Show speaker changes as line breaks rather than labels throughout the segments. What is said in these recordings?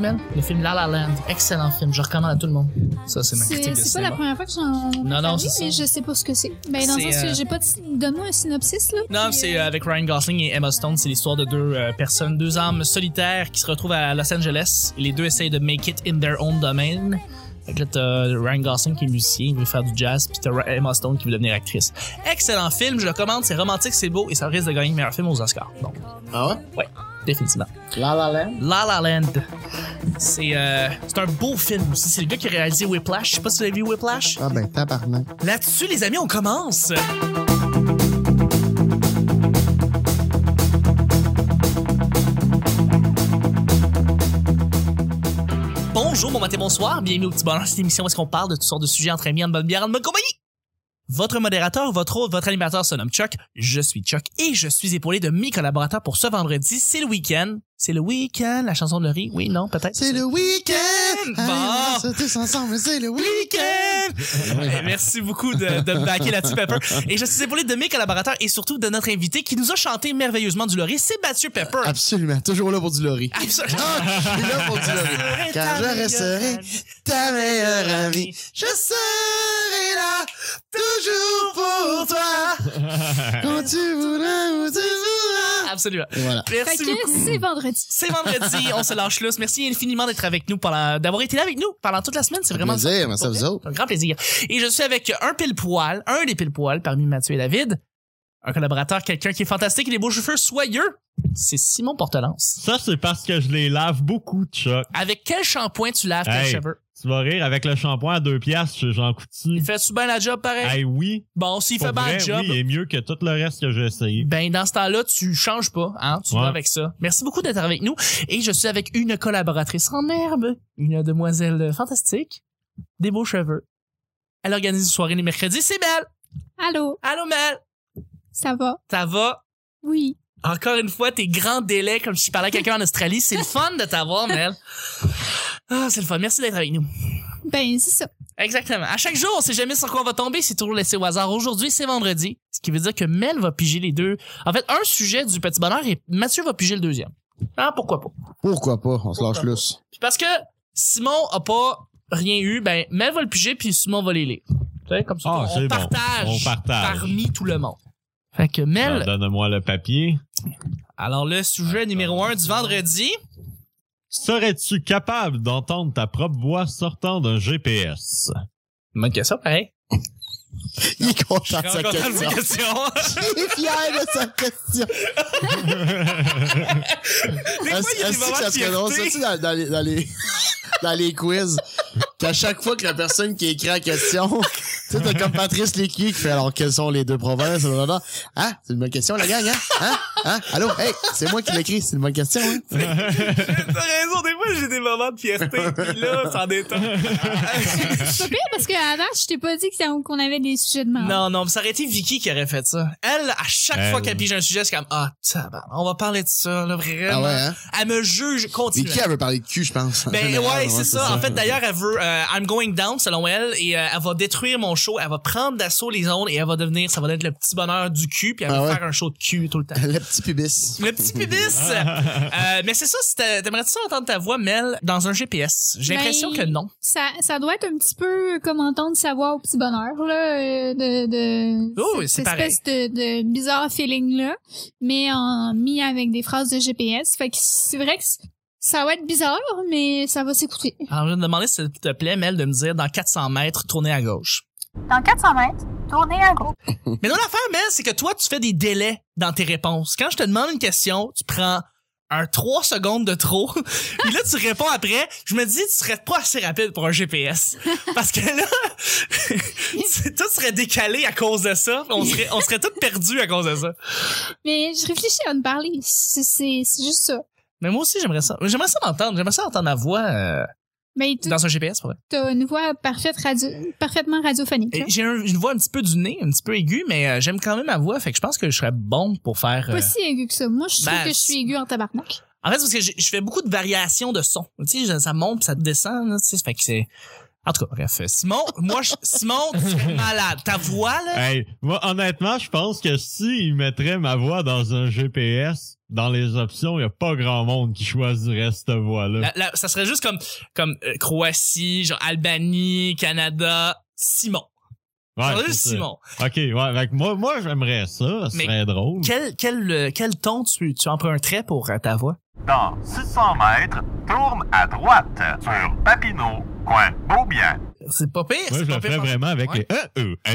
man. Le film La La Land. Excellent film. Je recommande à tout le monde. Ça, c'est ma critique
C'est
de
c'est pas
cinéma.
la première fois que j'en ai
Non, non,
parlé,
c'est
mais
ça.
je sais pas ce que c'est. Ben, dans le
C'est,
sens que
euh,
j'ai pas de... syn- Donne-moi un synopsis, là.
Non,
puis,
c'est
euh,
euh, avec Ryan Gosling et Emma Stone. C'est l'histoire de deux euh, personnes, deux âmes solitaires qui se retrouvent à Los Angeles. Et les deux essayent de make it in their own domain. Fait que là, t'as Ryan Gosling qui est musicien, il veut faire du jazz, puis t'as Ra- Emma Stone qui veut devenir actrice. Excellent film, je le commande, c'est romantique, c'est beau, et ça risque de gagner meilleur film aux Oscars. Donc,
Ah ouais?
ouais, définitivement.
La La Land?
La La Land. C'est euh, c'est un beau film aussi. C'est le gars qui a réalisé Whiplash. Je sais pas si vous avez vu Whiplash.
Ah ben, tabarnak.
Là-dessus, les amis, on commence. Bonjour, bon matin, bonsoir. Bienvenue au Petit Bonheur. C'est l'émission où est-ce qu'on parle de toutes sortes de sujets entre amis, en bonne bière, en bonne compagnie. Votre modérateur, votre hôte, votre animateur se nomme Chuck. Je suis Chuck et je suis épaulé de mes collaborateurs pour ce vendredi. C'est le week-end. C'est le week-end, la chanson de Laurie. Oui, non, peut-être.
C'est le week-end!
Bon.
Allez, on va tous ensemble, c'est le week-end!
Eh, Merci beaucoup de, de me backer là-dessus, Pepper. Et je suis épaulé de mes collaborateurs et surtout de notre invité qui nous a chanté merveilleusement du laurier, c'est Mathieu Pepper.
Absolument, toujours là pour du lori.
Absolument.
Ah, je suis là pour du lori. Car je resterai ta meilleure amie. Je serai là, toujours pour toi. Quand tu voudras, où tu voudras.
Absolument.
Et Voilà.
Fait
Merci
que
beaucoup.
c'est vendredi.
C'est vendredi, on se lâche lousse. Merci infiniment d'être avec nous, pendant, d'avoir été là avec nous pendant toute la semaine. C'est vraiment
Plaisir, merci à vous autres.
un grand plaisir. Et je suis avec un pile-poil, un des pile-poils parmi Mathieu et David. Un collaborateur, quelqu'un qui est fantastique, et des beaux cheveux soyeux. C'est Simon Portelance.
Ça, c'est parce que je les lave beaucoup, Chuck.
Avec quel shampoing tu laves
Hey.
tes cheveux?
Tu vas rire avec le shampoing à deux piastres chez Jean Coutu.
Fais-tu bien la job pareil?
Hey, oui.
Bon, s'il
pour
fait bien
vrai,
le job,
Oui, est mieux que tout le reste que j'ai essayé.
Ben, dans ce temps-là, tu changes pas, hein? Tu vas
Ouais.
avec ça. Merci beaucoup d'être avec nous. Et je suis avec une collaboratrice en herbe, une demoiselle fantastique, des beaux cheveux. Elle organise une soirée les mercredis. C'est Mel!
Allô,
Allô, Mel!
ça va?
Ça va?
Oui.
Encore une fois, tes grands délais, comme si je parlais à quelqu'un en Australie. C'est le fun de t'avoir, Mel. Ah, c'est le fun. Merci d'être avec nous.
Ben, c'est ça.
Exactement. À chaque jour, on sait jamais sur quoi on va tomber. C'est toujours laissé au hasard. Aujourd'hui, c'est vendredi. Ce qui veut dire que Mel va piger les deux. En fait, un sujet du petit bonheur et Mathieu va piger le deuxième. Ah, pourquoi pas?
Pourquoi pas? On se lâche lousse.
Puis parce que Simon a pas rien eu, ben Mel va le piger puis Simon va les lire. Tu sais, comme ça,
Ah,
on,
c'est bon.
partage
On partage.
parmi tout le monde. Fait que Mel,
Alors, Donne-moi le papier.
alors le sujet numéro un du vendredi,
Serais-tu capable d'entendre ta propre voix sortant d'un GPS?
bonne question, pareil.
Il est content de sa
Encore une
question.
question.
Il est fier de sa question.
Des fois, il y a des
Est-ce que
moments
ça serait drôle,
de
ça,
fierté.
tu sais, dans, dans les, dans, les, dans les quiz, qu'à chaque fois que la personne qui écrit la question, tu sais, t'as comme Patrice Lécuyer qui fait alors quelles sont les deux provinces, blablabla. Hein? C'est une bonne question, la gang, hein? Hein? Hein? Allô? Hey, c'est moi qui l'écris, c'est une bonne question, hein?
T'as raison, des fois, j'ai des moments de fierté. Puis là, ça en détend.
C'est pas pire parce qu'à date, je t'ai pas dit que ça- qu'on avait des sujets de merde.
Non, non, mais ça aurait été Vicky qui aurait fait ça. Elle, à chaque
Elle.
fois qu'elle pige un sujet, c'est comme, ah, tabarnak, on va parler de ça, là, vraiment.
Ah ouais, hein?
Elle me juge
Mais
continue.
qui elle veut parler de cul, je pense? en
Ben
général,
ouais, c'est ça. En fait, d'ailleurs, elle veut euh, I'm going down selon elle et euh, elle va détruire mon show. Elle va prendre d'assaut les ondes et elle va devenir, ça va être le petit bonheur du cul puis elle
Ah
va
ouais.
faire un show de cul tout le temps.
Le petit pubis.
Le petit pubis. Euh, mais c'est ça. si t'a- T'aimerais-tu ça entendre ta voix, Mel, dans un GPS J'ai
Ben,
l'impression que non.
Ça, ça doit être un petit peu comme entendre savoir au petit bonheur, là, euh, de, de
Oh, c'est
cette
pareil.
espèce de, de bizarre feeling-là, mais en mis avec des phrases de GPS. Fait que c'est vrai que c- ça va être bizarre, mais ça va s'écouter.
Alors, je vais te demander s'il te plaît, Mel, de me dire dans 400 mètres, tournez à gauche.
Dans 400 mètres, tournez à gauche.
Mais non, l'affaire, Mel, c'est que toi, tu fais des délais dans tes réponses. Quand je te demande une question, tu prends un 3 secondes de trop. Puis là, tu réponds après. Je me dis, tu serais pas assez rapide pour un GPS. Parce que là, tu- tout serait décalé à cause de ça. On serait, on serait tous perdus à cause de ça.
Mais je réfléchis à me parler. C'est c'est- c'est juste ça.
Mais moi aussi, j'aimerais ça. J'aimerais ça m'entendre. J'aimerais ça entendre ma voix euh,
Mais tu
dans un GPS, pour vrai.
as une voix parfaite radio, parfaitement radiophonique.
Et
là.
J'ai un- une voix un petit peu du nez, un petit peu aiguë, mais euh, j'aime quand même ma voix. Fait que je pense que je serais bon pour faire... euh,
Pas si aigu que ça. Moi, je trouve
ben,
que je suis aigu en tabarnak.
En fait, c'est parce que je je fais beaucoup de variations de sons. Tu sais, je- ça monte, puis ça descend, là, tu sais, fait que c'est... En tout cas, bref. euh, Simon, moi, je- Simon, tu es malade. Ta voix, là,
Hey, moi, honnêtement, je pense que s'ils mettraient ma voix dans un GPS, dans les options, il n'y a pas grand monde qui choisirait cette voie-là.
la- la- ça serait juste comme, comme euh, Croatie, genre Albanie, Canada, Simon.
Ouais,
Ça serait juste
c'est ça.
Simon.
OK, ouais. fait que moi, moi j'aimerais ça. Ce
Mais
serait drôle.
Quel, quel, euh, quel ton tu, tu emprunterais pour euh, ta voix?
Dans 600 mètres, tourne à droite sur Papineau, coin Beaubien.
C'est pas pire,
Moi,
c'est
je
pas
le
pire.
ferais vraiment avec
Ouais.
les E, E, un,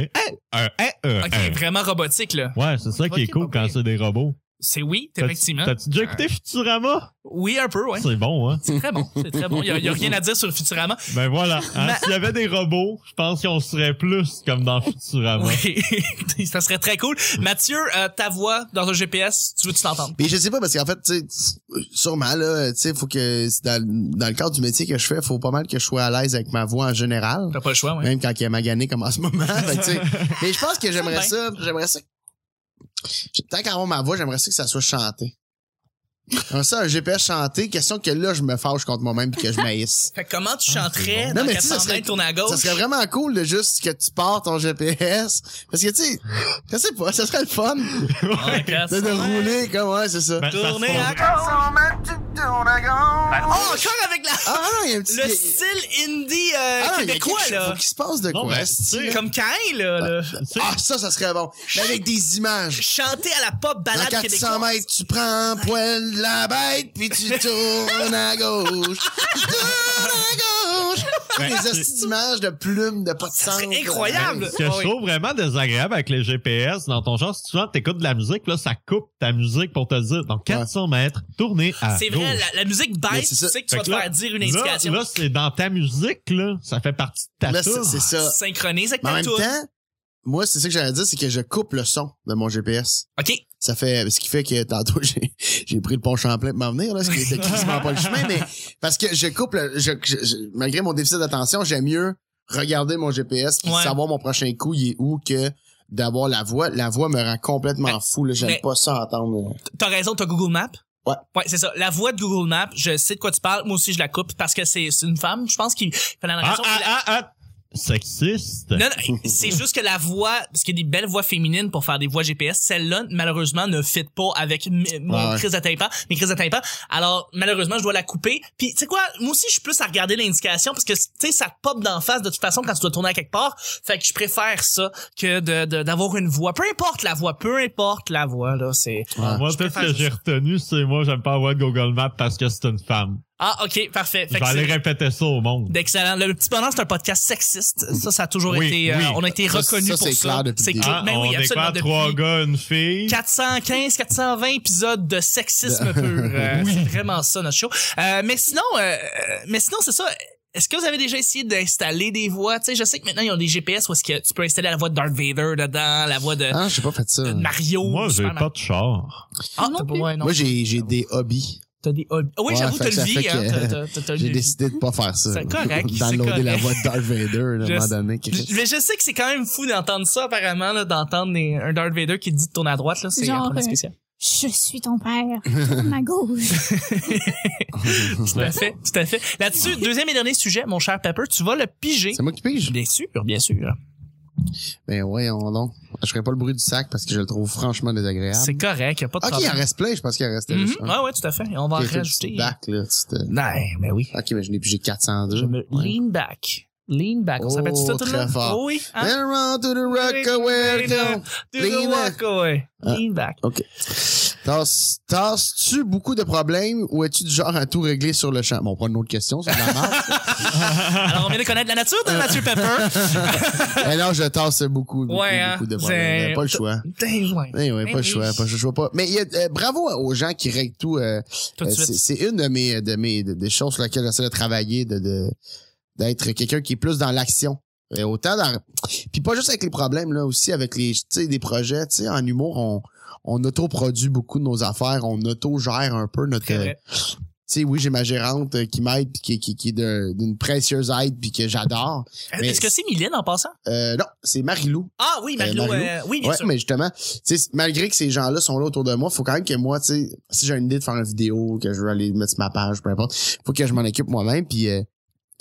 un, un, un, un,
Ok,
un.
vraiment robotique, là.
Ouais, c'est ça qui est
Ok,
cool
pas
quand
pire.
c'est des robots.
C'est oui,
T'as-
effectivement.
T'as-tu déjà écouté Futurama?
Oui, un peu, ouais.
C'est bon, hein?
C'est très bon, c'est très bon. Il y, a, il y a rien à dire sur Futurama.
Ben voilà. hein,
Ma-
S'il y avait des robots, je pense qu'on serait plus comme dans Futurama.
Oui, ça serait très cool. Mathieu, euh, ta voix dans un GPS, tu veux tu t'entendre?
Mais je sais pas parce qu'en fait, tu sais, sûrement là, tu sais, faut que c'est dans, dans le cadre du métier que je fais, faut pas mal que je sois à l'aise avec ma voix en général,
T'as pas le choix, ouais.
même quand il est magané comme en ce moment. Fait que, tu sais, mais je pense que j'aimerais
bien.
ça, j'aimerais ça. Tant qu'à avoir ma voix, j'aimerais ça que ça soit chanté. Comme ça, un GPS chanté, question que là, je me fâche contre moi-même pis que je m'haïsse.
Fait que comment tu chanterais
bon.
dans
Non, mais tu sais, ça
400
serait-
mètres tourner à
Ça
gauche?
serait vraiment cool de juste que tu pars ton GPS. Parce que, tu sais, je sais pas, ça serait le fun de,
Ouais, Ah, quatre-
de rouler comme, ouais, c'est ça.
Ben, ça se
Tourner
pourrait.
à gauche.
400 mètres, tu tournes à gauche.
Oh, encore avec la...
Ah non, il y a un petit...
le style indie euh,
Ah non, il y a
québécois,
quelque chose-
là.
Faut qu'il se passe de
Non,
quoi.
mais
c'est-
tu sais,
Comme Cain, là. là.
Tu sais,
Ah, ça, ça serait bon. Mais avec des images.
Chanter à la pop
Dans
balade
400
québécoise.
mètres, tu prends un poil de la bête, puis tu tournes à gauche. Tu tournes à gauche.
Ouais.
Des hosties d'images de plumes, de pas de sang.
serait incroyable.
Ce que
Ah
je
oui.
trouve vraiment désagréable avec les GPS dans ton genre, souvent t'écoutes de la musique, là, ça coupe ta musique pour te dire, dans 400 mètres, tourner à
C'est
gauche.
vrai, la, la musique
Mais
baisse, tu
c'est ça.
sais que tu
Fait
vas
que
te faire dire une
là,
indication.
là, c'est dans ta musique, là. Ça fait partie de ta
Là, c'est c'est
tune.
ça.
Synchronise avec
Mais en
ta
même
tour.
temps, moi, c'est ça que j'allais dire, c'est que je coupe le son de mon GPS.
OK.
Ça fait, ce qui fait que tantôt, j'ai, j'ai pris le pont Champlain pour m'en venir, là, ce qui était quasiment pas le chemin, mais parce que je coupe, le- je, je- je- malgré mon déficit d'attention, j'aime mieux regarder mon GPS puis
Ouais.
savoir mon prochain coup, il est où que d'avoir la voix. La voix me rend complètement fou, là. J'aime
mais-
pas ça entendre.
T'as raison, t'as Google Maps.
Ouais.
Ouais, c'est ça. La voix de Google Maps, je sais de quoi tu parles. Moi aussi, je la coupe parce que c'est c'est une femme, je pense, qui fait la
Ah,
narration.
ah,
La-
ah, ah. Sexiste.
Non, non, c'est juste que la voix, parce qu'il y a des belles voix féminines pour faire des voix GPS, celle-là, malheureusement, ne fit pas avec m- mon
Ouais.
crise de tympan, mes crises de tympan. Alors, malheureusement, je dois la couper. Puis, tu sais quoi, moi aussi, je suis plus à regarder l'indication parce que, tu sais, ça te pop d'en face de toute façon quand tu dois tourner à quelque part. Fait que je préfère ça que de, de- d'avoir une voix. Peu importe la voix, peu importe la voix, là, c'est...
Moi,
Ah, Je
tout ce
préfère
que j'ai retenu, c'est moi, j'aime pas avoir de Google Maps parce que c'est une femme.
Ah, OK, parfait. Fait
Je vais
que c'est- Ben
aller répéter ça au monde.
D'excellent. Le petit bonheur, c'est un podcast sexiste. Ça, ça a toujours
Oui,
été. euh,
oui.
on a été
Ça,
reconnu
ça,
pour
c'est
ça.
clair depuis le
C'est
début.
clair.
Hein,
Ben
on
oui,
est
absolument.
quoi, trois
depuis
gars, une fille.
415, 420 épisodes de sexisme pur. Euh, C'est vraiment ça notre show. Euh, mais sinon, euh, mais sinon, c'est ça. Est-ce que vous avez déjà essayé d'installer des voix? Tu sais, je sais que maintenant ils ont des GPS où est-ce que tu peux installer la voix de Darth Vader dedans, la voix de,
Ah, j'ai pas fait ça.
de Mario.
Moi, j'ai
Superman.
pas de char.
Ah,
Non
t'as pas,
plus.
ouais, non.
Moi, j'ai, j'ai des hobbies.
T'as des hobbies. Ah oui,
Ouais,
j'avoue,
fait
t'as le
que ça
vie,
fait
hein.
que-
T'as- t'as- t'as- t'as
J'ai
le-
décidé de pas faire ça.
C'est correct, c'est
Downloader la
correct.
voix de Darth Vader,
Je
à un moment
sais-
donné. quelque chose.
Mais je sais que c'est quand même fou d'entendre ça, apparemment, là, d'entendre des- un Darth Vader qui dit de tourner à droite, là. C'est
Genre,
vraiment
euh,
spécial.
Je suis ton père. Tourne à gauche.
Tout à fait, tout à fait. Là-dessus, deuxième et dernier sujet, mon cher Pepper, tu vas le piger.
C'est moi qui pige.
Bien sûr, bien sûr.
Ben, voyons donc. Je ferai pas le bruit du sac parce que je le trouve franchement désagréable.
C'est correct, y a pas de
Ok, il
problème.
en reste plein, je pense Ah, qu'il en restait
Mhm.
juste un.
Ouais, ouais, tout à fait. On va en
J'ai fait le
rajouter.
petit bac, là, tu te-
Non, mais oui.
Ok, mais je n'ai plus, j'ai
Je
402.
me
Ah, Ouais.
lean back. Lean back. On
Oh,
s'appelle ça tout le
très
monde?
fort.
Oh Oui. hein?
Then round to the rock away down.
Do the
Lean
walk away. Ah. Lean back.
Ok. Tasses- Tasses-tu beaucoup de problèmes ou es-tu du genre à tout régler sur le champ? Bon, on prend une autre question, c'est de la merde. Ah.
Alors, on vient de connaître la nature de Mathieu Pepper.
Mais non, je tasse beaucoup, beaucoup,
Ouais, hein,
beaucoup de
c'est-
problèmes. Ben, Pas le choix.
Dang, ouais.
Eh ouais,
Ben
pas le
oui.
choix, pas le choix. pas- Mais il y a- euh, bravo aux gens qui règlent tout. euh,
Tout de
Euh,
suite.
c'est c'est une de mes, de mes de- des choses sur lesquelles j'essaie de travailler, de de- d'être quelqu'un qui est plus dans l'action. Et autant dans puis pas juste avec les problèmes là aussi avec les tu sais des projets, tu sais en humour on on autoproduit beaucoup de nos affaires, on auto-gère un peu notre
Très
tu
vrai.
sais oui, j'ai ma gérante euh, qui m'aide puis qui qui, qui est de- d'une précieuse aide puis que j'adore. Mais-
Est-ce que c'est Mylène en passant?
Euh, non, c'est Marie-Lou
Ah oui, Marie-Lou.
Euh, Marie-Lou.
euh, oui, bien
Ouais,
sûr.
mais justement, tu sais, malgré que ces gens-là sont là autour de moi, faut quand même que moi, tu sais, si j'ai une idée de faire une vidéo, que je veux aller mettre sur ma page, peu importe, faut que je m'en occupe moi-même. Puis euh,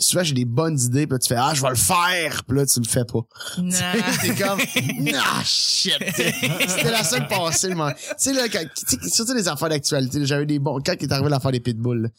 souvent j'ai des bonnes idées, puis là, tu fais ah je vais le faire, puis là tu le fais pas. T'es comme ah shit. C'était la seule passée, man. Tu sais là, quand, tu sais, surtout les affaires d'actualité, là, j'avais des bons quand est arrivé l'affaire des pitbulls. là,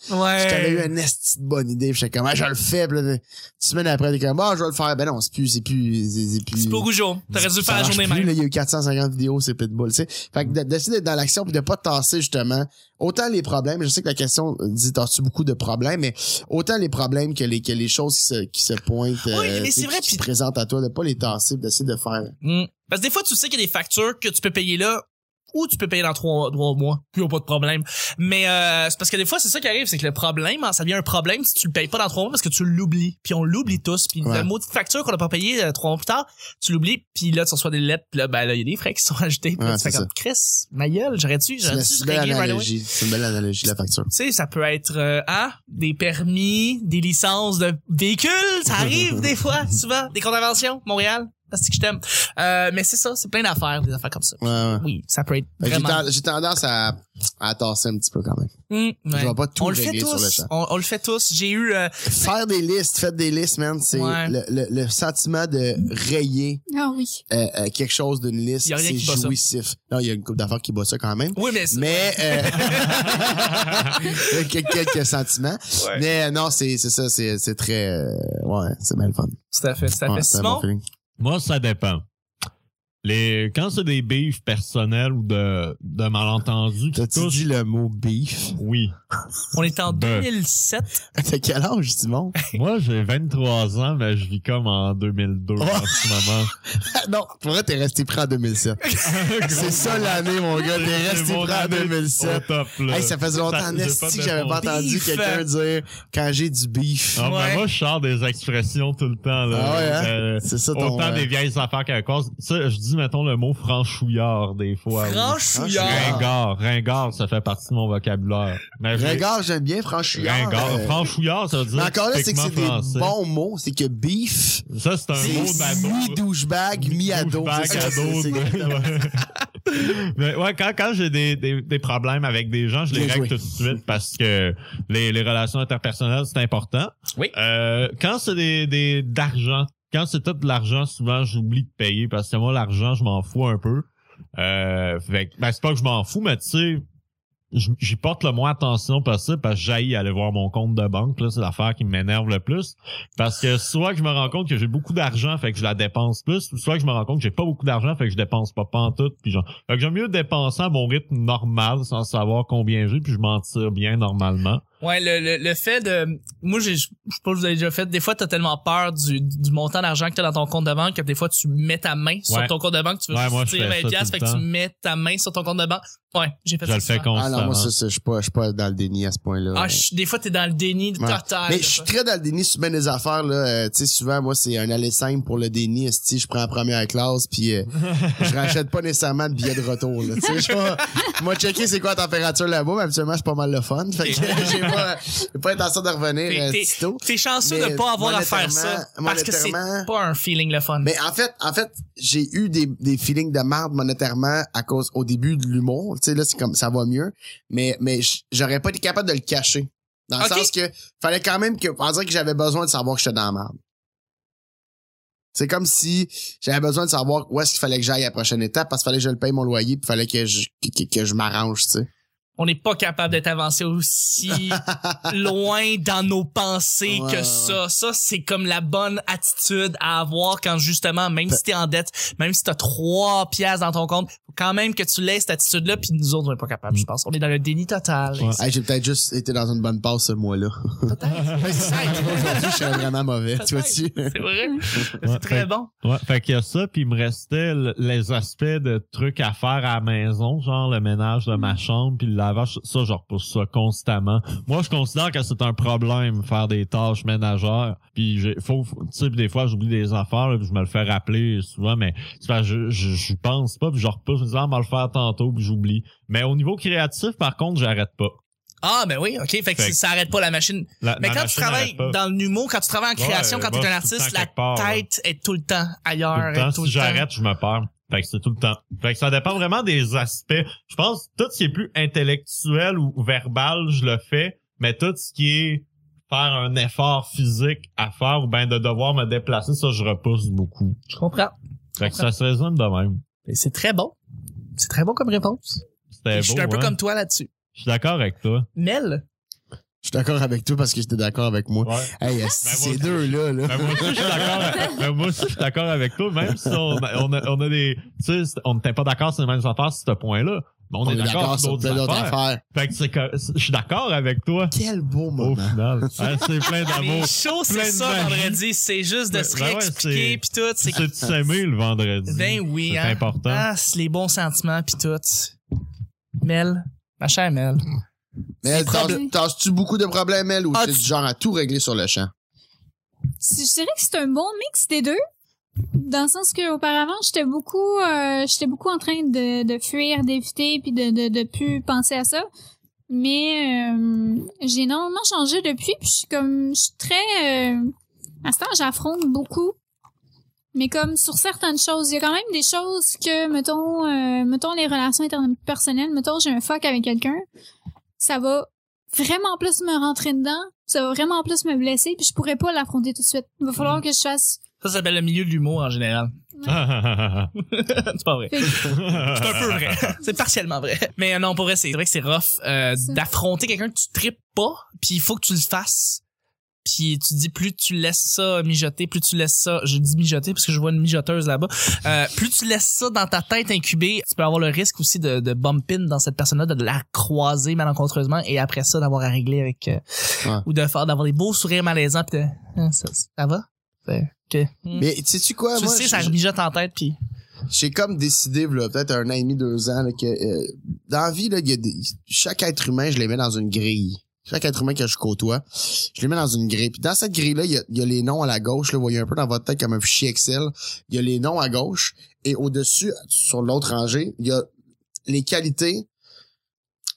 J'avais eu
Ouais.
une esti de bonne idée, puis j'étais comme ah je le fais, puis là, une semaine après t'es comme ah je vais le faire, ben non c'est plus c'est plus c'est- c'est plus.
C'est pour Rougeau. T'aurais dû le
Ça
faire la
marche
journée
plus,
même.
là, il y a eu 450 vidéos, c'est Pitbull, tu sais. Fait que de- d'essayer d'être dans l'action puis de pas tasser, justement, autant les problèmes, je sais que la question dit, t'as-tu beaucoup de problèmes, mais autant les problèmes que les, que les choses qui se, qui se pointent, euh,
mais
tu sais,
c'est vrai,
qui se
puis-
présentent à toi, de pas les tasser puis d'essayer de faire.
Mm. Parce que des fois, tu sais qu'il y a des factures que tu peux payer là ou tu peux payer dans trois, trois mois. Puis, y a pas de problème. Mais euh, c'est parce que des fois, c'est ça qui arrive, c'est que le problème, hein, ça devient un problème si tu le payes pas dans trois mois parce que tu l'oublies. Puis on l'oublie tous. Puis
Ouais.
la maudite facture qu'on a pas payée euh, trois mois plus tard, tu l'oublies. Puis là, tu reçois des lettres. Puis là, ben là, il y a des frais qui sont ajoutés. Puis là,
Ouais,
tu fais
c'est
comme Chris, ma gueule, j'aurais dû,
C'est
j'aurais
une,
dû
belle
régler right away. Tu
analogie. C'est une belle analogie, la facture.
sais, ça peut être euh, hein, des permis, des licences de véhicules, ça arrive des fois, souvent, des contraventions, Montréal, parce que je t'aime. Euh, mais c'est ça, c'est plein d'affaires, des affaires comme ça.
Ouais, ouais.
Oui, ça peut être
Fait que J'ai
vraiment.
ten- j'ai tendance à, à tasser un petit peu quand même.
Mm, ouais.
Je vais pas tout
on le fait
régler
tous.
sur le champ.
On, on le fait tous. J'ai eu. euh,
Faire des listes, faites des listes, man, c'est
Ouais.
le, le, le sentiment de rayer
Ah oui.
euh, euh, quelque chose d'une liste,
Y a rien
c'est
qui bat ça.
jouissif. Non, il y a une couple d'affaires qui bat ça quand même.
Oui, mais. c'est-
Mais euh, que- quelques sentiments.
Ouais.
Mais euh, non, c'est c'est ça, c'est c'est très euh, ouais, c'est bien le fun.
Tout à fait, tout à fait.
Ouais, c'est un bon
Simon,
feeling.
Moi, ça dépend. Les, quand c'est des beefs personnels ou de, de malentendus qui
T'as-tu
touchent,
dit le mot beef?
oui.
on est en
Ben.
2007.
T'as quel âge, Simon?
Moi, j'ai 23 ans, mais je vis comme en 2002
Oh.
en ce moment.
non, pour vrai, t'es resté prêt en 2007. c'est ça l'année, mon gars, t'es resté
C'est mon
prêt en
année
2007.
au top,
Oh,
là.
Hey, ça faisait longtemps
Ça-
en
j'ai
esti
pas
que j'avais pas
de
entendu
beef. hein.
quelqu'un dire « quand j'ai du beef
Ah, ben,
Ouais.
moi, je sors des expressions tout le temps. Là.
Ah ouais, hein?
Euh, ».
C'est ça ton...
autant
euh,
des vieilles affaires qu'à cause. Ça, je dis, mettons, le mot franchouillard des fois. oui.
Franchouillard.
Franchouillard.
Ringard. Ringard, ça fait partie de mon vocabulaire. Mais j'ai-
Regarde, j'aime bien, franchouillard.
Ringard.
euh,
Franchouillard, ça veut dire.
Mais encore là, c'est que
typiquement
c'est des
français.
bons mots. C'est que beef,
Ça, c'est un mot
c'est
d'ado.
mi-douchebag, mi-ado.
Douchebag,
C'est ça,
ado, ben,
c'est-
de- ouais. Mais ouais, quand, quand j'ai des, des, des problèmes avec des gens, je les
Bien
règle
joué.
tout de suite parce que les, les relations interpersonnelles, c'est important.
Oui.
Euh, quand c'est des, des, d'argent, quand c'est tout de l'argent, souvent, j'oublie de payer parce que moi, l'argent, je m'en fous un peu. Euh, fait, que- ben, c'est pas que je m'en fous, mais tu sais, j- j'y porte le moins attention possible parce que j'haïs aller voir mon compte de banque. Là, c'est l'affaire qui m'énerve le plus. Parce que soit que je me rends compte que j'ai beaucoup d'argent, fait que je la dépense plus, ou soit que je me rends compte que j'ai pas beaucoup d'argent, fait que je dépense pas pantoute. Puis genre, fait que j'aime mieux dépenser à mon rythme normal sans savoir combien j'ai, puis je m'en tire bien normalement.
Ouais, le, le, le fait de. Moi, j'ai- je sais pas, vous avez déjà fait. Des fois, t'as tellement peur du, du montant d'argent que t'as dans ton compte de banque que des fois, tu mets ta main sur
Ouais.
ton compte de banque. Tu veux
Ouais,
juste
moi, je
tirer
fais ça
20$, piastres,
tout
fait
le
que tu
temps.
mets ta main sur ton compte de banque. Ouais, j'ai fait
Je
ça.
le fais
souvent.
Ah non,
constamment.
moi, ça, ça, je suis pas, je suis pas dans le déni à ce point-là.
Ah, je- des fois, t'es dans le déni
Ouais.
total.
mais
de
je suis
ça.
très dans le déni sur bien des affaires là Euh, tu sais souvent moi c'est un aller simple pour le déni esti, je prends la première classe puis euh, je rachète pas nécessairement de billets de retour là tu sais je vais- moi checker c'est quoi la température là-bas mais habituellement c'est pas mal le fun fait que j'ai pas j'ai pas intention de revenir
T'es-
euh,
t'es-
sitôt.
T'es chanceux
Mais
de pas avoir à faire ça
monétairement-
parce que c'est
monétairement-
pas un feeling le fun.
Mais en fait, en fait, j'ai eu des, des feelings de marde monétairement à cause au début de l'humour. Tu sais, là, c'est comme ça va mieux. Mais, mais j- j'aurais pas été capable de le cacher. Dans le
Ok.
sens que fallait quand même que. On dirait que j'avais besoin de savoir que j'étais dans la marde. C'est comme si j'avais besoin de savoir où est-ce qu'il fallait que j'aille à la prochaine étape parce qu'il fallait que je le paye mon loyer puis fallait que je, que, que- que je m'arrange, tu sais.
On n'est pas capable d'être avancé aussi loin dans nos pensées
Ouais,
que
ouais,
ça. Ça, c'est comme la bonne attitude à avoir quand justement, même si t'es en dette, même si t'as trois pièces dans ton compte, faut quand même que tu laisses cette attitude-là, puis nous autres, on n'est pas capable, je pense. On est dans le déni total.
Ouais.
Hey, j'ai peut-être juste été dans une bonne passe ce mois-là. Aujourd'hui, je suis vraiment mauvais, tu vois-tu?
C'est vrai.
Ouais,
C'est très
fait-
bon.
Ouais, fait qu'il y a ça, puis il me restait l- les aspects de trucs à faire à la maison, genre le ménage de ma chambre, puis le lavage, ça, je repousse ça constamment. Moi, je considère que c'est un problème faire des tâches ménagères, puis j'ai- faut, faut- tu sais, puis des fois, j'oublie des affaires, là, puis je me le fais rappeler souvent, mais c'est parce que je, je, je pense pas, puis je repousse, je me dis, ah, on va le faire tantôt, puis j'oublie. Mais au niveau créatif, par contre, j'arrête pas.
Ah, ben oui, OK. Fait que
Fait
c'est- ça arrête pas la machine.
La-
Mais
ma
quand tu
machine
travailles
arrête pas.
dans l'humour, quand tu travailles en
Ouais,
création, quand
moi,
t'es un
je suis tout le
artiste,
temps
la
quelque part, là.
tête est tout le temps ailleurs.
tout le temps.
est tout
si
le temps.
j'arrête, je me perds. Fait que c'est tout le temps. Fait que ça dépend vraiment des aspects. Je pense que tout ce qui est plus intellectuel ou verbal, je le fais, mais tout ce qui est faire un effort physique à faire ou ben de devoir me déplacer, ça, je repousse beaucoup.
Je comprends.
Fait que ça se résume de même.
Mais c'est très bon. C'est très bon comme réponse.
C'était beau.
je suis un peu
hein?
comme toi là-dessus.
Je suis d'accord avec toi.
Mel,
Je suis d'accord avec toi parce que j'étais d'accord avec moi.
Ouais.
Hey,
moi
ces
aussi.
deux-là, là.
Ben, moi aussi, je suis d'accord. ben, moi aussi, je suis d'accord avec toi, même si on a, on a, on a des, tu sais, on n'était pas d'accord sur les mêmes affaires sur ce point-là. Mais on,
on,
est, d'accord sur
sur plein
d'autres
d'autres
affaires.
affaires.
Fait que c'est que, je suis d'accord avec toi.
Quel beau
Au
moment.
final. Hein, c'est plein
les
d'amour.
shows, c'est
plein de
ça,
magie.
vendredi. C'est juste de
Ben-
se
ben ouais,
réexpliquer,
c'est-
puis tout. C'est
C'est de s'aimer le vendredi.
Ben oui,
C'est
hein.
important.
Ah, c'est les bons sentiments, puis tout. Mel, ma chère Mel.
Mais
C'est
t'as-
problème.
t'as-tu beaucoup de problèmes, elle, ou
Ah,
t'es
tu-
du genre à tout régler sur le champ?
C'est- je dirais que c'est un bon mix des deux dans le sens que auparavant j'étais beaucoup euh, j'étais beaucoup en train de, de fuir d'éviter puis de, de de plus penser à ça mais euh, j'ai énormément changé depuis puis je suis comme je suis très euh, à ce temps j'affronte beaucoup mais comme sur certaines choses il y a quand même des choses que mettons euh, mettons les relations interpersonnelles mettons j'ai un fuck avec quelqu'un ça va vraiment plus me rentrer dedans, ça va vraiment plus me blesser, puis je pourrais pas l'affronter tout de suite. Il va falloir que je fasse.
Ça, ça s'appelle le milieu de l'humour en général. Ah.
c'est
c'est pas vrai. C'est un peu vrai. c'est partiellement vrai. Mais euh, non, pour vrai, c'est vrai que c'est rough euh,
C'est-
d'affronter quelqu'un que tu tripes pas, puis il faut que tu le fasses. Puis tu dis plus tu laisses ça mijoter, plus tu laisses ça, je dis mijoter parce que je vois une mijoteuse là-bas. Euh, plus tu laisses ça dans ta tête incubée, tu peux avoir le risque aussi de, de bump in dans cette personne-là, de la croiser malencontreusement et après ça d'avoir à régler avec euh,
Ouais.
ou de faire d'avoir des beaux sourires malaisants puis de, Hein, ça, ça va. Fait que- hmm.
Mais tu sais-tu quoi?
Mm. tu
moi,
sais,
je-
ça mijote en tête puis
j'ai comme décidé là, peut-être un an et demi deux ans là, que euh, dans la vie là, il y a des- chaque être humain je les mets dans une grille chaque être humain que je côtoie je les mets dans une grille puis dans cette grille là il y a, il y a les noms à la gauche là, vous voyez un peu dans votre tête comme un fichier Excel il y a les noms à gauche et au dessus sur l'autre rangée il y a les qualités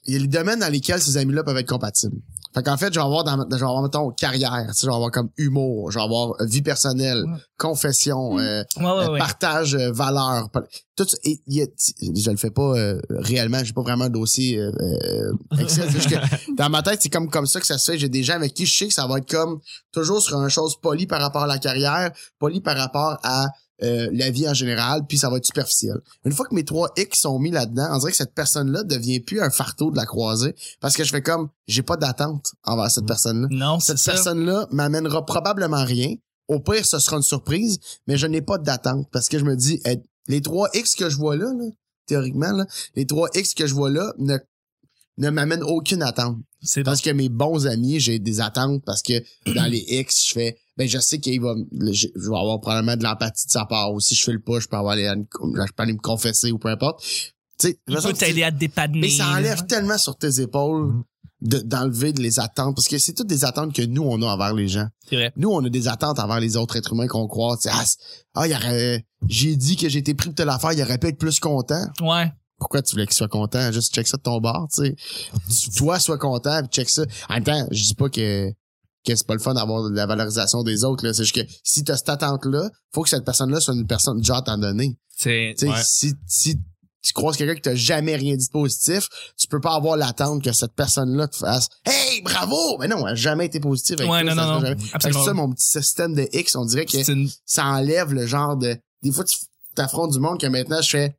il y a les domaines dans lesquels ces amis là peuvent être compatibles fait qu'en fait, je vais avoir, dans, ma- je vais avoir, mettons, carrière, tu sais, je vais avoir comme humour, je vais avoir vie personnelle,
Ouais.
confession,
Mm.
euh,
ouais ouais
euh,
ouais.
partage euh, valeur pa- tout ça, et il y a- t- je le fais pas euh, réellement j'ai pas vraiment un dossier euh, euh, Excel c'est juste que dans ma tête c'est comme comme ça que ça se fait j'ai des gens avec qui je sais que ça va être comme toujours sur une chose polie par rapport à la carrière polie par rapport à euh, la vie en général puis ça va être superficiel une fois que mes trois X sont mis là-dedans on dirait que cette personne-là devient plus un fardeau de la croisée parce que je fais comme j'ai pas d'attente envers
Mm.
cette personne-là
Non, c'est
cette
ça.
personne-là m'amènera probablement rien. Au pire, ce sera une surprise, mais je n'ai pas d'attente parce que je me dis, eh, les 3X que je vois là, là, théoriquement, là, les 3X que je vois là ne, ne m'amènent aucune attente.
C'est
Parce que mes bons amis, j'ai des attentes parce que dans les X, je fais, ben, je sais qu'il va, le- je je vais avoir probablement de l'empathie de sa part ou si je fais le pas, je peux avoir les, je peux aller me confesser ou peu importe. Tu sais,
Il
de toute
peut
façon,
t'aider à te dépanner.
mais ça enlève
là.
tellement sur tes épaules
Mhm.
Mm-hmm.
de- d'enlever de, les attentes parce que c'est toutes des attentes que nous on a envers les gens.
C'est vrai.
Nous on a des attentes envers les autres êtres humains qu'on croise. C'est, Ah, c'est- ah, il aurait- j'ai dit que j'étais pris de telle affaire, il aurait pu être plus content.
Ouais.
Pourquoi tu voulais qu'il soit content Juste check ça de ton bord, tu sais. Tu- Toi sois content, puis check ça. En même temps, je dis pas que que c'est pas le fun d'avoir de la valorisation des autres là, c'est juste que si t'as cette attente là, faut que cette personne là soit une personne déjà à t'en donner.
C'est.
Tu sais,
Ouais.
si, si tu croises quelqu'un qui t'a jamais rien dit de positif, tu peux pas avoir l'attente que cette personne-là te fasse Hey, bravo! Mais non, elle a jamais été positive avec
Ouais,
toi,
non,
ça
non,
se fait
non.
jamais. Fait que C'est ça,
Absolument.
mon petit système de X, on dirait que
C'est une-
ça enlève le genre de. Des fois, tu t'affrontes du monde que maintenant je fais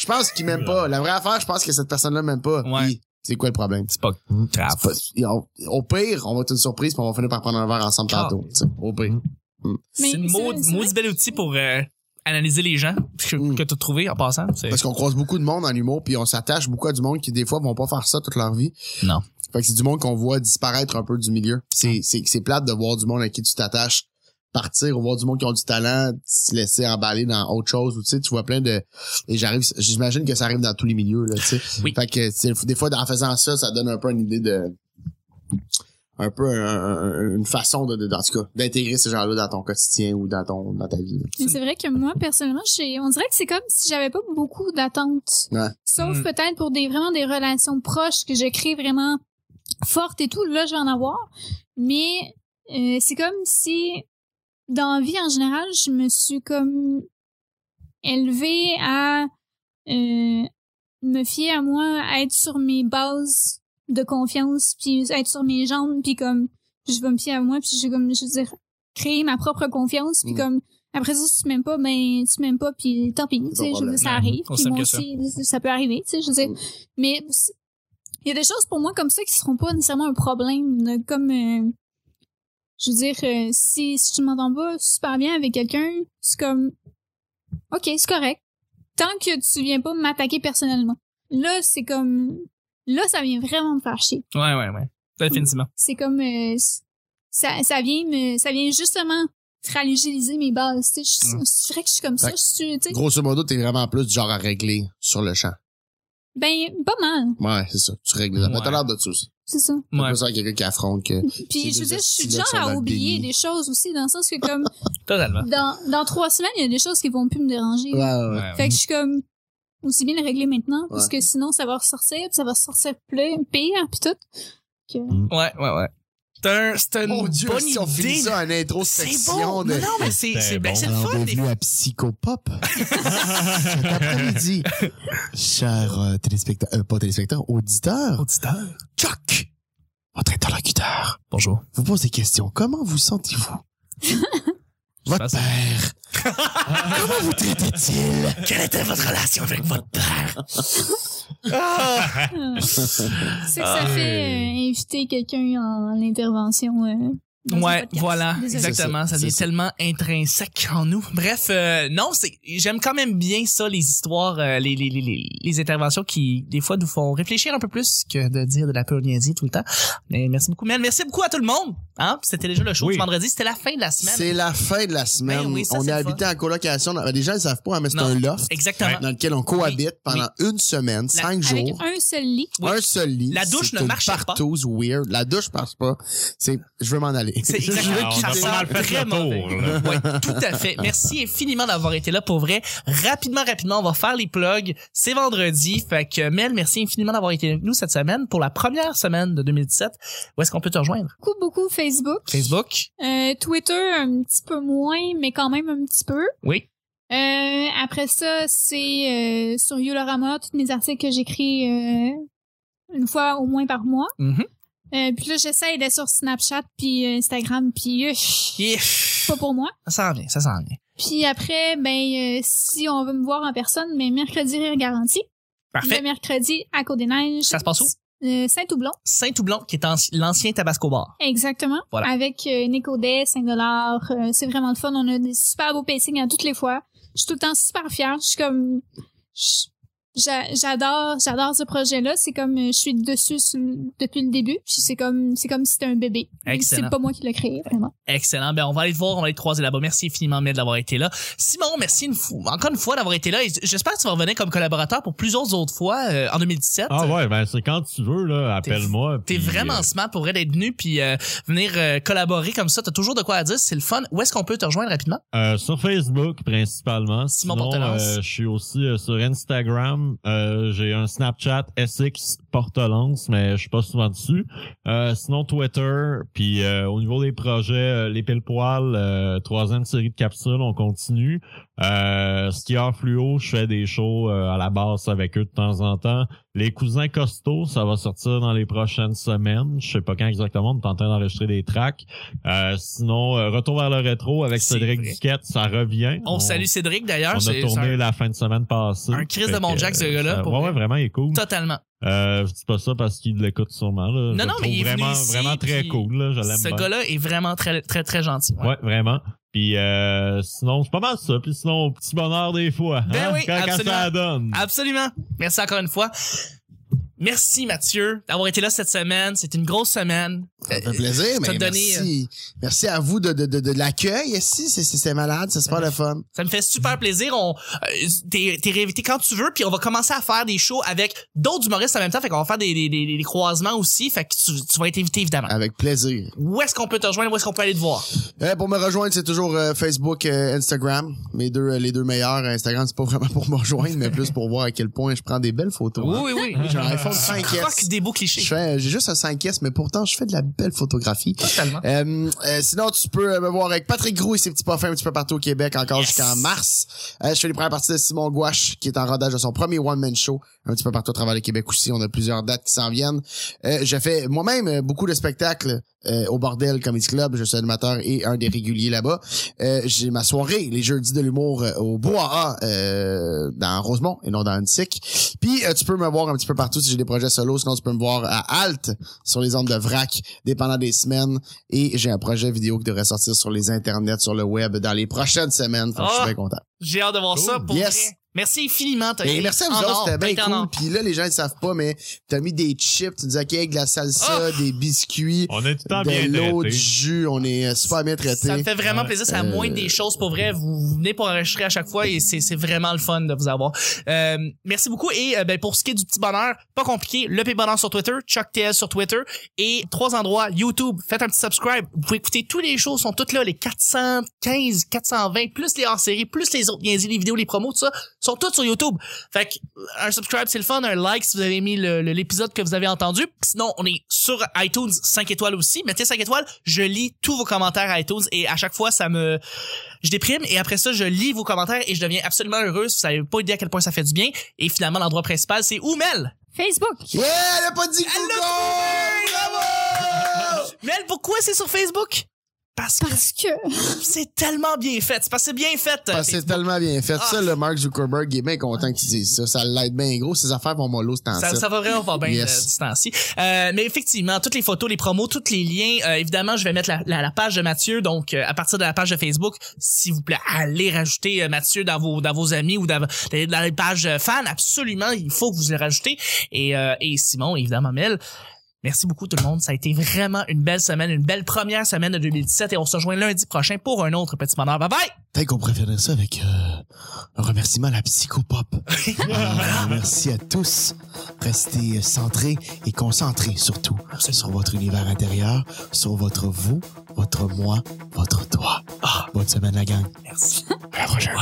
Je pense qu'il m'aime pas. La vraie affaire, je pense que cette personne-là m'aime pas.
Ouais.
Puis, C'est quoi le problème?
C'est pas grave.
C'est pas- et on- au pire, on va être une surprise, puis on va finir par prendre un verre ensemble
Ah.
tantôt. tu sais, Au pire.
C'est une
Mais c'est-
maud-
c'est
maudit bel outil pour euh, analyser les gens que,
Mm.
que t'as trouvé en passant. C'est-
Parce qu'on croise beaucoup de monde en humour, puis on s'attache beaucoup à du monde qui, des fois, vont pas faire ça toute leur vie.
Non. Mm.
Fait que c'est du monde qu'on voit disparaître un peu du milieu. C'est, c'est, c'est plate de voir du monde à qui tu t'attaches partir ou voir du monde qui ont du talent, se laisser emballer dans autre chose. Ou, tu sais, tu vois plein de... Et j'arrive... J'imagine que ça arrive dans tous les milieux, là, tu sais.
Oui.
Fait que, c'est- des fois, en faisant ça, ça donne un peu une idée de... Un peu un- un- une façon de, de- en tout cas, d'intégrer ces gens-là dans ton quotidien ou dans ton dans ta vie. là.
Mais c'est vrai que moi, personnellement, j'ai- on dirait que c'est comme si j'avais pas beaucoup d'attentes.
Ouais.
Sauf
Mm.
peut-être pour des vraiment des relations proches que je crée vraiment fortes et tout. Là, je vais en avoir. Mais euh, c'est comme si, dans la vie en général, je me suis comme élevée à euh, me fier à moi, à être sur mes bases de confiance, puis être sur mes jambes, puis comme je vais me fier à moi, puis j'ai comme, je veux dire, créer ma propre confiance, puis
Mm.
comme, après ça, si tu m'aimes pas, ben, tu m'aimes pas, puis tant pis, tu sais, je veux dire, ça
Ouais.
arrive,
On
puis
s'aime
moi
que ça.
aussi, ça. peut arriver, tu sais, je veux dire, mais c'est- il y a des choses pour moi comme ça qui seront pas nécessairement un problème, là, comme, euh, je veux dire, euh, si, si je m'entends pas super bien avec quelqu'un, c'est comme, ok, c'est correct, tant que tu viens pas m'attaquer personnellement. Là, c'est comme, là, ça vient vraiment me faire chier
Ouais, ouais, ouais. Définitivement.
c'est comme euh, s- ça, ça vient me ça vient justement fragiliser mes bases tu sais je
Mm.
c'est vrai que je suis comme ça
Fait
je suis tu sais
Grosso modo, t'es vraiment plus du genre à régler sur le champ.
ben pas mal
Ouais, c'est ça. Tu règles les affaires.
Ouais.
T'as l'air de ça aussi.
c'est ça
T'as
Ouais,
plus l'air de quelqu'un qui affronte que.
puis
C'est
je veux
des
dire je suis
astuces
du genre
dans
à
le
oublier
déni.
des choses aussi dans le sens que comme
totalement.
dans dans trois semaines il y a des choses qui vont plus me déranger
ouais.
Ouais,
fait que je suis comme aussi bien le régler maintenant parce que
Ouais.
sinon ça va ressortir puis ça va ressortir plus pire puis tout Que-
ouais, ouais. ouais. C'est un, c'est une
Mon Oh Dieu,
bonne
si
idée.
on finit ça en
c'est
introspection
bon.
de.
Non, non, mais c'est, c'est,
C'était
ben,
bon.
c'est le
Alors,
fun des
bienvenue à Psychopop. Cet après-midi, chers euh, téléspectateurs, euh, pas téléspectateurs, auditeurs,
auditeurs.
Chuck, votre interlocuteur,
Bonjour.
vous pose des questions. Comment vous sentez-vous? votre
pense-
père. Comment vous traitait-il?
Quelle était votre relation avec votre père? Ah,
Euh, c'est que ça fait euh, inviter quelqu'un en, en intervention euh, dans un
ouais,
podcast.
voilà,
Désolée.
exactement. Ça
C'est
devient
ça.
tellement intrinsèque en nous. Bref, euh, non, c'est, j'aime quand même bien ça, les histoires, euh, les, les, les, les, les interventions qui, des fois, nous font réfléchir un peu plus que de dire de la purniaisie tout le temps. Mais merci beaucoup, Mel. Merci beaucoup à tout le monde. Hein? C'était déjà le show
Oui.
du vendredi. C'était la fin de la semaine.
C'est la fin de la semaine.
Ben oui, ça,
on
c'est
est
le
habité en colocation. Les gens ne savent pas, hein, mais c'est
Non.
un loft
Exactement.
Ouais.
dans lequel on cohabite pendant une semaine,
La-
cinq
avec
jours.
un seul lit
Oui.
Un seul lit.
La douche
C'est
ne
une
marchait pas.
partouze weird. La douche marche pas. C'est, je veux m'en aller.
C'est
Je veux
exactement.
on a
quitter.
pas mal fait
très
le tour,
mauvais. Ouais, tout à fait. Merci infiniment d'avoir été là pour vrai. Rapidement, rapidement, on va faire les plugs. C'est vendredi. Fait que Mel, merci infiniment d'avoir été avec nous cette semaine pour la première semaine de 2017. Où est-ce qu'on peut te rejoindre?
beaucoup, beaucoup Facebook.
Facebook?
Euh, Twitter, un petit peu moins, mais quand même un petit peu.
Oui.
Euh, après ça, c'est euh, sur Yolorama, tous mes articles que j'écris euh, une fois au moins par mois.
Mhm.
Euh, puis là, j'essaie d'être sur Snapchat, puis euh, Instagram, puis euh,
Yeah.
pas pour moi.
Ça s'en vient, ça s'en vient.
Puis après, ben euh, si on veut me voir en personne, mais mercredi rire garanti.
Parfait.
Le mercredi à Côte des Neiges.
Ça se passe où?
Euh, Saint-Toublon.
Saint-Toublon, qui est anci- l'ancien Tabasco Bar.
Exactement.
Voilà.
Avec euh, Nico Day, 5 dollars. Euh, c'est vraiment le fun. On a des super beaux pacings à toutes les fois. Je suis tout le temps super fière. Je suis comme... je- j'a- J'adore, j'adore ce projet-là. C'est comme, euh, je suis dessus sur- depuis le début. Puis c'est comme, c'est comme si c'était un bébé. Même si
Excellent.
C'est pas moi qui l'ai créé, vraiment.
Excellent. Ben, on va aller te voir, on va aller te croiser là-bas. Merci infiniment, Mel, d'avoir été là. Simon, merci une fou- encore une fois d'avoir été là. Et J'espère que tu vas revenir comme collaborateur pour plusieurs autres fois euh, en 2017.
Ah ouais, ben c'est quand tu veux, là,
T'es-
appelle-moi.
T'es
puis,
vraiment
euh,
smart pour être venu puis euh, venir euh, collaborer comme ça. T'as toujours de quoi à dire, c'est le fun. Où est-ce qu'on peut te rejoindre rapidement?
euh, sur Facebook, principalement.
Simon
Sinon,
Portelance.
euh, je suis aussi euh, sur Instagram. Euh, J'ai un Snapchat SX Portelance, mais je suis pas souvent dessus. Euh, sinon, Twitter. Puis euh, au niveau des projets, euh, les pile poils euh, troisième série de capsules, on continue. Euh, skieur fluo, je fais des shows euh, à la basse avec eux de temps en temps. Les cousins costauds, ça va sortir dans les prochaines semaines. Je sais pas quand exactement, on est en train d'enregistrer des tracks. Euh, sinon, euh, retour vers le rétro avec
C'est
Cédric
vrai.
Duquette, ça revient.
On, salue Cédric d'ailleurs.
On
c'est-
a
c'est
tourné
un-
la fin de semaine passée.
un Christ
Fait
de bon
que,
Jack, ce
euh,
gars-là,
ça-
pour
Ouais,
vrai.
ouais, vraiment, il est cool.
Totalement.
Euh, je dis pas ça parce qu'il l'écoute sûrement. Là. Je
non,
le
mais il
trouve
est venu
vraiment,
ici,
vraiment très
puis
cool. Là. Je l'aime
Ce
bien.
gars-là est vraiment très, très, très gentil. ouais.
Ouais. vraiment. Puis euh, sinon, c'est pas mal ça. Puis sinon, au petit bonheur des fois.
Ben
hein,
oui,
quand, quand
absolument. Ah,
ça donne.
Absolument. Merci encore une fois. Merci Mathieu d'avoir été là cette semaine. C'est une grosse semaine.
Ça fait plaisir,
te
mais
donner,
merci. Merci à vous de, de, de, de l'accueil. Si, c'est, c'est, c'est malade, c'est super le fun.
Ça me fait super plaisir. On, euh, t'es, t'es réinvité quand tu veux, puis on va commencer à faire des shows avec d'autres humoristes en même temps. Fait qu'on va faire des, des, des- des croisements aussi. Fait que tu, tu vas être invité évidemment.
Avec plaisir.
Où est-ce qu'on peut te rejoindre? Où est-ce qu'on peut aller te voir?
Euh, pour me rejoindre, c'est toujours euh, Facebook, euh, Instagram. Mes deux, euh, les deux meilleurs. Instagram, c'est pas vraiment pour me rejoindre, mais plus pour voir à quel point je prends des belles photos. hein.
oui, oui.
J'ai un fond de 5S.
Fuck Euh, des beaux
Je
clichés.
fais- J'ai juste un 5S, mais pourtant, je fais de la belle photographie.
Totalement.
Euh, euh, sinon, tu peux euh, me voir avec Patrick Groux et ses petits parfums un petit peu partout au Québec, encore
Yes.
jusqu'en mars. Euh, je fais les premières parties de Simon Gouache, qui est en rodage de son premier one-man show, un petit peu partout à travers le Québec aussi. On a plusieurs dates qui s'en viennent. Euh, je fais moi-même euh, beaucoup de spectacles euh, au Bordel Comedy Club. Je suis animateur et un des réguliers là-bas. Euh, J'ai ma soirée, les jeudis de l'humour, euh, au Bois euh, dans Rosemont et non dans Antic. Puis, euh, tu peux me voir un petit peu partout si j'ai des projets solo. Sinon, tu peux me voir à Alt sur les ondes de Vrac, dépendant des semaines. Et j'ai un projet vidéo qui devrait sortir sur les internets, sur le web, dans les prochaines semaines. Fait que Je suis
Ah.
bien content.
J'ai hâte de voir ça pour
Oh, Yes.
vrai. Merci infiniment, Tony.
Et merci à vous
En
autres,
or,
c'était
Ah t'as
bien
été en
cool.
or.
Puis là, les gens ne savent pas, mais t'as mis des chips, tu nous accueilles avec de la
Ah!
salsa, des biscuits,
On est tout le temps bien
de l'eau, du
traités.
jus. On est euh, super bien traités.
Ça me fait vraiment
Ouais.
plaisir. C'est la
Euh,
moindre des choses pour vrai. Vous vous venez pour enregistrer à chaque fois et c'est c'est vraiment le fun de vous avoir. Euh, merci beaucoup. Et euh, ben, pour ce qui est du petit bonheur, pas compliqué. Le petit bonheur sur Twitter, Chuck TL sur Twitter et trois endroits YouTube. Faites un petit subscribe. Vous pouvez écouter tous les shows sont toutes là. Les 415, 420, plus les hors-série, plus les autres niaiseries, les vidéos, les promos, tout ça, sont toutes sur YouTube. Fait que un subscribe, c'est le fun. Un like si vous avez aimé le- le- l'épisode que vous avez entendu. Puis Sinon, on est sur iTunes 5 étoiles aussi. Mettez 5 étoiles. Je lis tous vos commentaires à iTunes et à chaque fois, ça me... Je déprime et après ça, je lis vos commentaires et je deviens absolument heureuse. Vous savez pas dire à quel point ça fait du bien. Et finalement, l'endroit principal, c'est où, Mel?
Facebook.
Yeah, elle a pas dit
Elle l'a
Google! Oh! Bravo!
Mel, pourquoi c'est sur Facebook? Parce que
Parce que.
c'est tellement bien fait. C'est parce que c'est bien fait.
Parce que Ah, c'est tellement bien fait.
Ah.
Ça, le Mark Zuckerberg il est bien content qu'il dise ça. Ça l'aide bien gros. Ses affaires vont mollo, c'est en
Ça,
ça.
ça va vraiment pas bien
Yes.
euh, ce temps-ci. Euh, mais effectivement, toutes les photos, les promos, tous les liens, euh, évidemment, je vais mettre la, la- la page de Mathieu. Donc, euh, à partir de la page de Facebook, s'il vous plaît, allez rajouter euh, Mathieu dans vos dans vos amis ou dans, dans les pages euh, fans. Absolument, il faut que vous le rajoutez. Et, euh, et Simon, évidemment, Mel. Merci beaucoup tout le monde. Ça a été vraiment une belle semaine, une belle première semaine de 2017 et on se rejoint lundi prochain pour un autre petit bonheur. Bye bye!
Peut-être qu'on pourrait finir ça avec euh, un remerciement à la psychopop. Alors, merci à tous. Restez euh, centrés et concentrés surtout sur votre univers intérieur, sur votre vous, votre moi, votre toi. Ah, bonne semaine la gang.
Merci.
À la prochaine.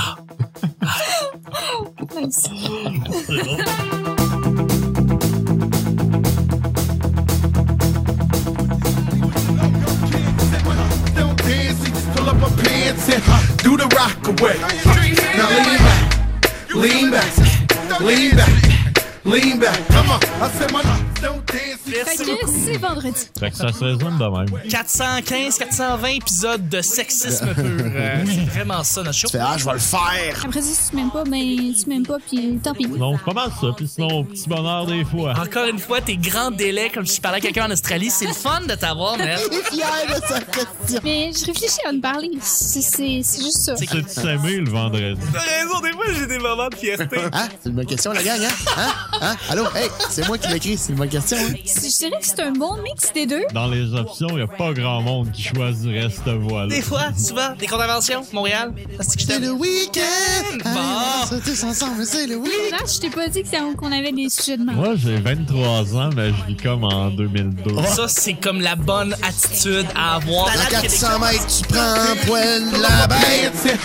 Merci.
still dancing. Pull up her pants and do the rock away. Now lean back, lean back, lean back, lean back. Come on, I said my still dancing.
Fait que c'est vendredi.
Fait que ça se résume de même.
415, 420 épisodes de sexisme pur. Euh, c'est vraiment ça notre show.
Fais, ah, je vais le faire.
Après ça, si tu m'aimes pas, ben, tu m'aimes pas, puis tant pis.
Non, c'est pas mal ça. Puis sinon, au petit bonheur des fois. hein.
Encore une fois, tes grands délais, comme si je parlais à quelqu'un en Australie, c'est le fun de t'avoir, Mel.
Il est fier de sa question.
Mais je réfléchis à me parler. C'est c'est- c'est juste ça.
C'est de s'aimer le vendredi.
T'as raison, des fois j'ai des moments de fierté.
Hein? C'est une bonne question, la gang, hein? Hein? Hein? Allô? Hey, c'est moi qui l'écris, c'est une bonne question, hein?
Si Je dirais que c'est un bon mix des deux.
Dans les options, il n'y a pas grand monde qui choisirait cette voie-là.
Des fois, souvent, des contraventions, Montréal. Parce que je
C'est
t'aime.
le week-end!
Bon.
Allez, on va tous ensemble, c'est le week-end!
Là, je t'ai pas dit que c'est- qu'on avait des sujets de merde.
Moi, j'ai 23 ans, mais je vis comme en 2002.
Ça, c'est comme la bonne attitude à avoir.
À 400 mètres, tu prends un poil la bête!
Dancing,